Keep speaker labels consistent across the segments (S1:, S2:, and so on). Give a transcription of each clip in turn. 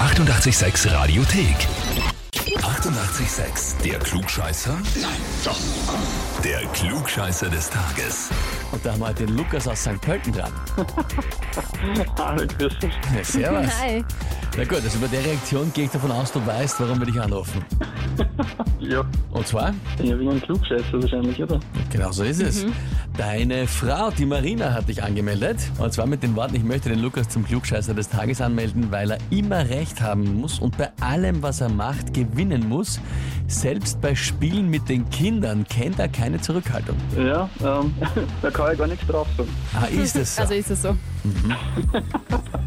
S1: 886 Radiothek. 88,6. Der Klugscheißer? Nein, doch. Der Klugscheißer des Tages.
S2: Und da haben wir halt den Lukas aus St. Pölten dran.
S3: Hallo, grüß dich.
S2: Ja, servus.
S4: Hi.
S2: Na gut, also bei der Reaktion gehe ich davon aus, du weißt, warum wir dich anrufen.
S3: Ja,
S2: Und zwar,
S3: ja, wegen einem Klugscheißer wahrscheinlich, oder?
S2: genau so ist
S4: Mhm.
S2: es. Deine Frau, die Marina, hat dich angemeldet. Und zwar mit den Worten, ich möchte den Lukas zum Klugscheißer des Tages anmelden, weil er immer recht haben muss und bei allem, was er macht, gewinnen muss. Selbst bei Spielen mit den Kindern kennt er keine Zurückhaltung.
S3: Ja, ähm, da kann ich gar nichts drauf sagen.
S2: Ah, ist es so?
S4: Also ist es so.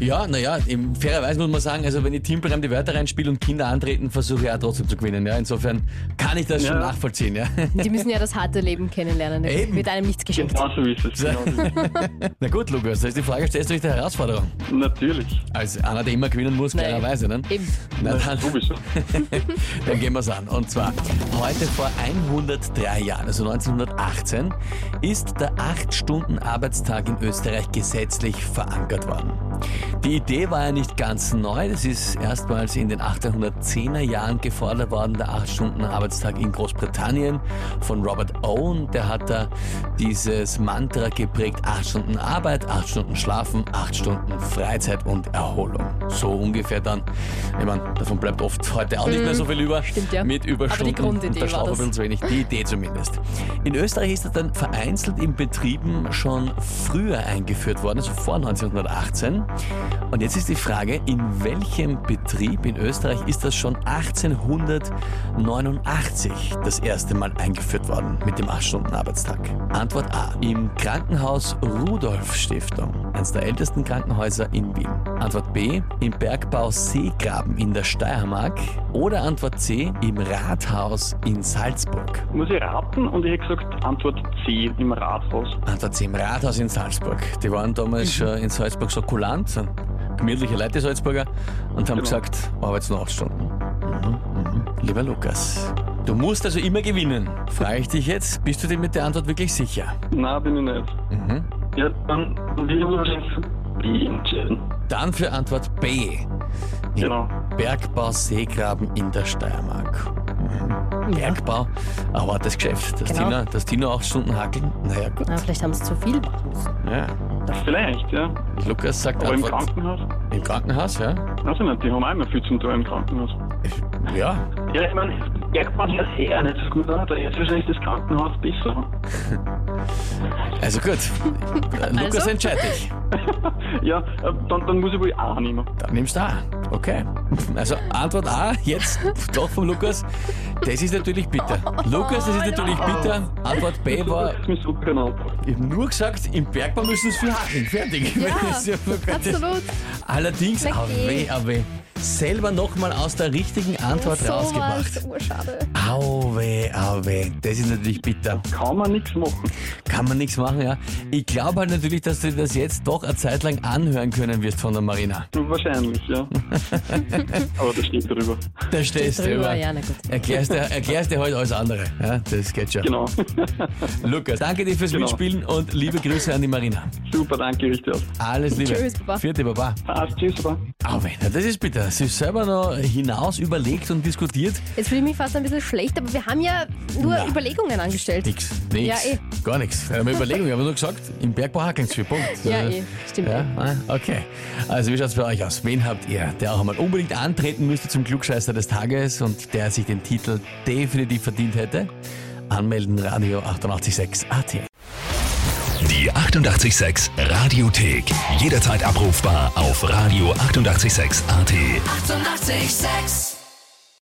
S2: Ja, naja, fairerweise muss man sagen, also wenn ich Timpelheim die Wörter reinspiele und Kinder antreten, versuche ich auch trotzdem zu gewinnen. Ja, insofern kann ich das schon
S3: Ja.
S2: nachvollziehen. Ja.
S4: Die müssen ja das harte Leben kennenlernen. Da
S2: Eben.
S4: Wird einem nichts geschenkt.
S3: Genau so ist es. Genau so ist
S2: Na gut, Lukas, da ist die Frage, stellst du dich der Herausforderung?
S3: es. Natürlich,
S2: Als einer, der immer gewinnen muss,
S4: Nein.
S2: klarerweise. Ne?
S4: Eben.
S2: Na, dann,
S3: sowieso.
S2: dann gehen wir es an. Und zwar, heute vor 103 Jahren, also 1918, ist der 8-Stunden-Arbeitstag in Österreich gesetzlich verankert worden. Die Idee war ja nicht ganz neu, das ist erstmals in den 1810er Jahren gefordert worden, der 8-Stunden-Arbeitstag in Großbritannien von Robert Owen, der hat da dieses Mantra geprägt, 8 Stunden Arbeit, 8 Stunden Schlafen, 8 Stunden Freizeit und Erholung. So ungefähr dann, ich meine, davon bleibt oft heute auch nicht mehr so viel über,
S4: Stimmt, ja.
S2: mit Überstunden
S4: Aber die Grundidee
S2: und der
S4: war
S2: Schlaf ein
S4: das.
S2: bisschen zu wenig, die Idee zumindest. In Österreich ist das dann vereinzelt in Betrieben schon früher eingeführt worden, also vor 1918. Und jetzt ist die Frage, in welchem Betrieb in Österreich ist das schon 1889 das erste Mal eingeführt worden mit dem 8-Stunden-Arbeitstag? Antwort A. Im Krankenhaus Rudolf Stiftung, eines der ältesten Krankenhäuser in Wien. Antwort B. Im Bergbau Seegraben in der Steiermark. Oder Antwort C. Im Rathaus in Salzburg.
S3: Muss ich raten und ich hätte gesagt, Antwort C im Rathaus.
S2: Antwort C. Im Rathaus in Salzburg. Die waren damals schon in Salzburg so kulant, so gemütliche Leute die Salzburger, und haben
S3: Genau.
S2: gesagt, arbeitest nur acht Stunden. Mhm, mhm. Lieber Lukas, du musst also immer gewinnen. Frage ich dich jetzt, bist du dir mit der Antwort wirklich sicher?
S3: Nein, bin ich nicht.
S2: Mhm.
S3: Ja, dann will ich mich wahrscheinlich für B entscheiden.
S2: Dann für Antwort B.
S3: Genau.
S2: Bergbau Seegraben in der Steiermark. Mhm. Bergbau, ein hartes Geschäft. Das
S4: Genau.
S2: Tina, das Tina acht Stunden hackeln. Naja, gut.
S4: Na, vielleicht haben sie zu viel machen müssen.
S2: Ja.
S3: Vielleicht, ja.
S2: Lukas sagt
S3: Aber im
S2: Antwort
S3: Krankenhaus?
S2: im Krankenhaus, ja?
S3: Weiß ich nicht, die haben auch immer viel zum Tor im Krankenhaus.
S2: Ja.
S3: Ja, ich meine, irgendwann hört es eh auch nicht so gut an, da ist wahrscheinlich das Krankenhaus besser.
S2: Also gut. Äh, Lukas
S4: Also?
S2: entscheid dich.
S3: Ja, äh, dann, dann muss ich wohl A nehmen.
S2: Dann nimmst du A. Okay. Also Antwort A jetzt doch vom Lukas. Das ist natürlich bitter. Lukas, das ist natürlich bitter. Antwort B war,
S3: Also, Das ist mir so genannt.
S2: ich habe nur gesagt, im Bergbau müssen sie viel hacken. Fertig.
S4: Ja,
S2: Das ist oh Gott, das-
S4: Absolut.
S2: Allerdings,
S4: Na
S2: oh
S4: geh.
S2: weh, oh weh. Selber nochmal aus der richtigen Antwort rausgebracht.
S4: Urschade.
S2: Au weh, au weh. Das ist natürlich bitter.
S3: Kann man nichts machen.
S2: Kann man nichts machen, ja. Ich glaube halt natürlich, dass du das jetzt doch eine Zeit lang anhören können wirst von der Marina.
S3: Wahrscheinlich, ja. Aber da steht drüber.
S2: Da stehst du
S4: Drüber,
S2: über.
S4: ja, na gut.
S2: Erklärst dir, erklärst dir heute alles andere. Ja, das geht schon.
S3: Genau.
S2: Lukas, danke dir fürs
S3: Genau.
S2: Mitspielen und liebe Grüße an die Marina.
S3: Super, danke, richtig aus.
S2: Alles Liebe.
S4: Tschüss, Baba.
S2: Vierte Baba.
S3: Passt, tschüss, Baba.
S2: Au weh, na, das ist bitter. Sie ist selber noch hinaus überlegt und diskutiert.
S4: Jetzt fühle ich mich fast ein bisschen schlecht, aber wir haben ja nur
S2: Na.
S4: Überlegungen angestellt.
S2: Nix, nix.
S4: Ja, eh.
S2: Gar nichts. Eine Überlegung, ich habe nur gesagt, im Bergbau hackeln sie, Punkt.
S4: Ja,
S2: Äh,
S4: eh. Stimmt,
S2: Ja,
S4: eh.
S2: ah, okay. Also, wie schaut's bei euch aus? Wen habt ihr, der auch einmal unbedingt antreten müsste zum Klugscheißer des Tages und der sich den Titel definitiv verdient hätte? Anmelden, Radio 886 AT.
S1: Die 88,6 Radiothek. Jederzeit abrufbar auf radio886.at. 88,6.
S5: Eighty-eight, sex.